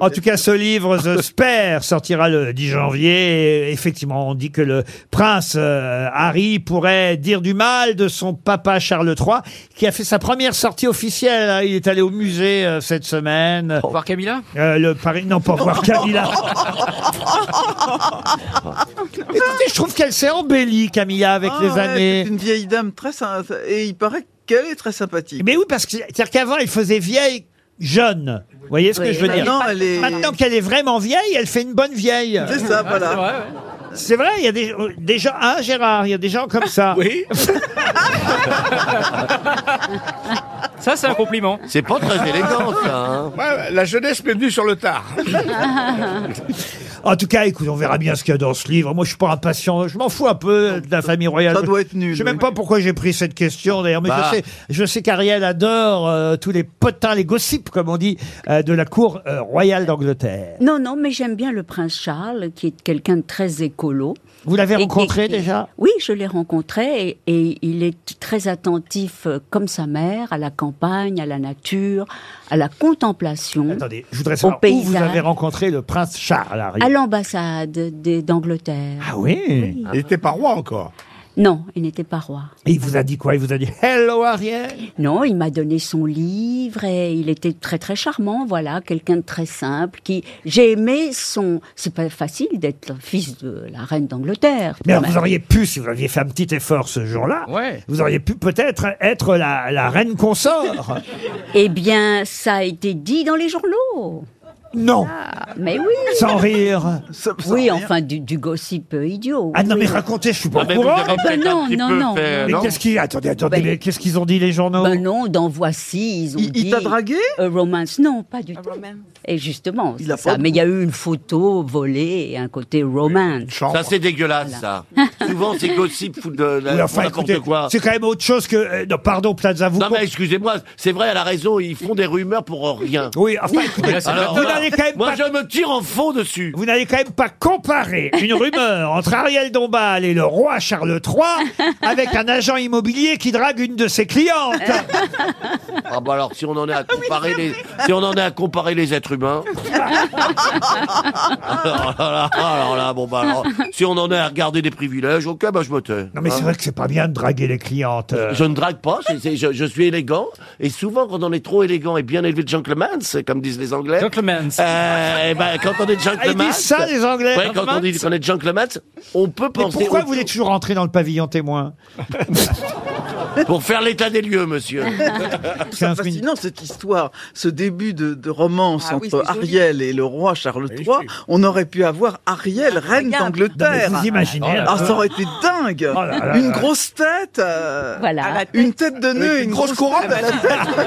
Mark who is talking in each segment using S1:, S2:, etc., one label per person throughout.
S1: En tout cas, ce livre, The Spare, sortira le 10 janvier. Et effectivement, on dit que le prince euh, Harry pourrait dire du mal de son papa Charles III, qui a fait sa première sortie officielle. hein. Il est allé au musée euh, cette semaine.
S2: Voir Camilla
S1: Euh, le Paris, non pas voir Camilla. Écoutez, je trouve qu'elle s'est embellie, Camilla, avec
S3: Ah
S1: les
S3: ouais,
S1: années.
S3: C'est une vieille dame très sympa. Et il paraît qu'elle est très sympathique.
S1: Mais oui, parce que c'est-à-dire qu'avant, elle faisait vieille, jeune. Vous voyez ce que
S4: Oui,
S1: ben, je veux dire
S3: Maintenant, elle est.
S1: Maintenant qu'elle est vraiment vieille, elle fait une bonne vieille.
S3: C'est ça, voilà.
S1: C'est vrai, il y a des, euh, des gens, hein, Gérard, il y a des gens comme ça.
S5: Oui.
S2: Ça, c'est un compliment.
S4: C'est pas très élégant, ça. hein.
S5: Ouais, la jeunesse m'est venue sur le tard.
S1: En tout cas, écoute, on verra bien ce qu'il y a dans ce livre. Moi, je suis pas impatient. Je m'en fous un peu de la famille royale.
S3: ça doit être nul,
S1: Je sais même
S3: oui.
S1: pas pourquoi j'ai pris cette question, d'ailleurs. Mais
S4: Bah.
S1: je sais, je sais qu'Ariel adore euh, tous les potins, les gossips, comme on dit, euh, de la cour euh, royale d'Angleterre.
S6: Non, non, mais j'aime bien le prince Charles, qui est quelqu'un de très écolo.
S1: Vous l'avez
S6: Et-
S1: rencontré
S6: et-
S1: déjà
S6: Oui, je l'ai rencontré et, et il est très attentif, euh, comme sa mère, à la campagne, à la nature, à la contemplation,
S1: Attendez, je voudrais savoir où vous
S6: paysage.
S1: avez rencontré le prince Charles, Ariel.
S6: à l'ambassade des- d'Angleterre.
S1: Ah oui
S5: Il était pas roi encore.
S6: Non, il n'était pas roi.
S1: Et il vous a dit quoi Il vous a dit « Hello, Ariel ».
S6: Non, il m'a donné son livre et il était très très charmant, voilà, quelqu'un de très simple qui j'ai aimé son c'est pas facile d'être fils de la reine d'Angleterre.
S1: Mais
S6: quand
S1: alors, vous
S6: même.
S1: auriez pu, si vous aviez fait un petit effort ce jour-là,
S2: Ouais.
S1: vous auriez pu peut-être être la, la reine consort.
S6: Eh bien, ça a été dit dans les journaux.
S1: non,
S6: Mais oui.
S1: sans rire.
S3: Ça- ça revient.
S6: Oui, enfin du, du gossip euh, idiot.
S1: Ah non,
S6: oui.
S1: mais racontez, je suis pas
S4: Ah,
S1: au
S4: mais vous
S1: courant.
S4: avez
S6: Ah, bah
S4: peut-être
S6: non,
S4: un petit
S6: non,
S4: peu
S6: non,
S4: fait,
S1: Mais
S4: non
S1: qu'est-ce qu'ils... Attendez, attendez,
S6: Ben-
S1: mais qu'est-ce qu'ils ont dit, les journaux
S6: Ben non, dans voici, ils ont
S3: Il, il
S6: dit
S3: t'a dragué
S6: a romance. Non, pas du tout. Et justement,
S3: Il
S6: c'est
S3: a pas
S6: ça.
S3: de-
S6: Mais il y a eu une photo volée et un côté romance.
S4: Ça, c'est dégueulasse, ça. Souvent, ces gossips foutent de, de-
S1: Oui, enfin,
S4: n'importe
S1: écoutez,
S4: quoi.
S1: c'est quand même autre chose que... euh, non, pardon, Plaza, vous...
S4: Non, mais excusez-moi, c'est vrai, elle a raison, ils font des rumeurs pour rien.
S1: Oui, enfin, écoutez,
S2: là, c'est
S4: Alors,
S1: vous
S4: voilà.
S1: n'allez quand même
S4: Ah, Moi,
S1: pas...
S4: je me tire en fond dessus.
S1: Vous n'allez quand même pas comparer une rumeur entre Ariel Dombal et le roi Charles III avec un agent immobilier qui drague une de ses clientes.
S4: Ah bah alors, si on en est à comparer les, si on en est à comparer les êtres humains. alors, là, alors là, bon bah alors, si on en est à regarder des privilèges, ok, bah je me tais.
S1: Non, mais c'est vrai que c'est pas bien de draguer les clientes. euh.
S4: Je ne drague pas, c'est- c'est- je, je suis élégant. Et souvent, quand on est trop élégant et bien élevé de gentleman, c'est comme disent les Anglais.
S2: Gentlemen.
S4: Euh, eh ben, quand on
S1: Ah,
S4: est
S1: ils
S4: gentleman.
S1: disent ça, les Anglais.
S4: Ouais, quand on dit qu'on est gentleman, on peut
S1: Mais
S4: penser.
S1: pourquoi
S4: au-
S1: vous voulez toujours rentrer dans le pavillon témoin
S4: Pour faire l'état des lieux, monsieur.
S1: 15 minutes.
S3: Fascinant cette histoire, ce début de, de romance
S7: Ah oui,
S3: entre
S7: c'est joli.
S3: Ariel et le roi Charles
S5: Oui,
S3: III. On aurait pu avoir Ariel, reine
S7: Ah, regarde.
S1: Non, mais
S3: d'Angleterre.
S1: Vous imaginez
S3: Ah, ça aurait été dingue
S1: Oh là là
S3: Une
S1: là.
S3: grosse tête euh,
S7: À
S6: Voilà.
S7: la
S3: Une tête de nœud,
S5: Avec
S3: et
S5: une grosse couronne.
S3: tête à la tête.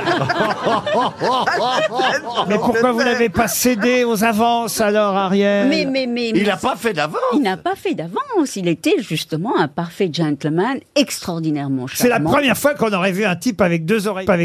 S4: ah,
S1: Mais pourquoi vous n'avez pas cédé aux avances alors, Ariel
S6: Mais mais mais
S4: Il n'a pas fait d'avant.
S6: il n'a pas fait d'avance. Il était justement un parfait gentleman extraordinairement
S1: C'est la
S6: charmant.
S1: première fois qu'on aurait vu un type avec deux oreilles. avec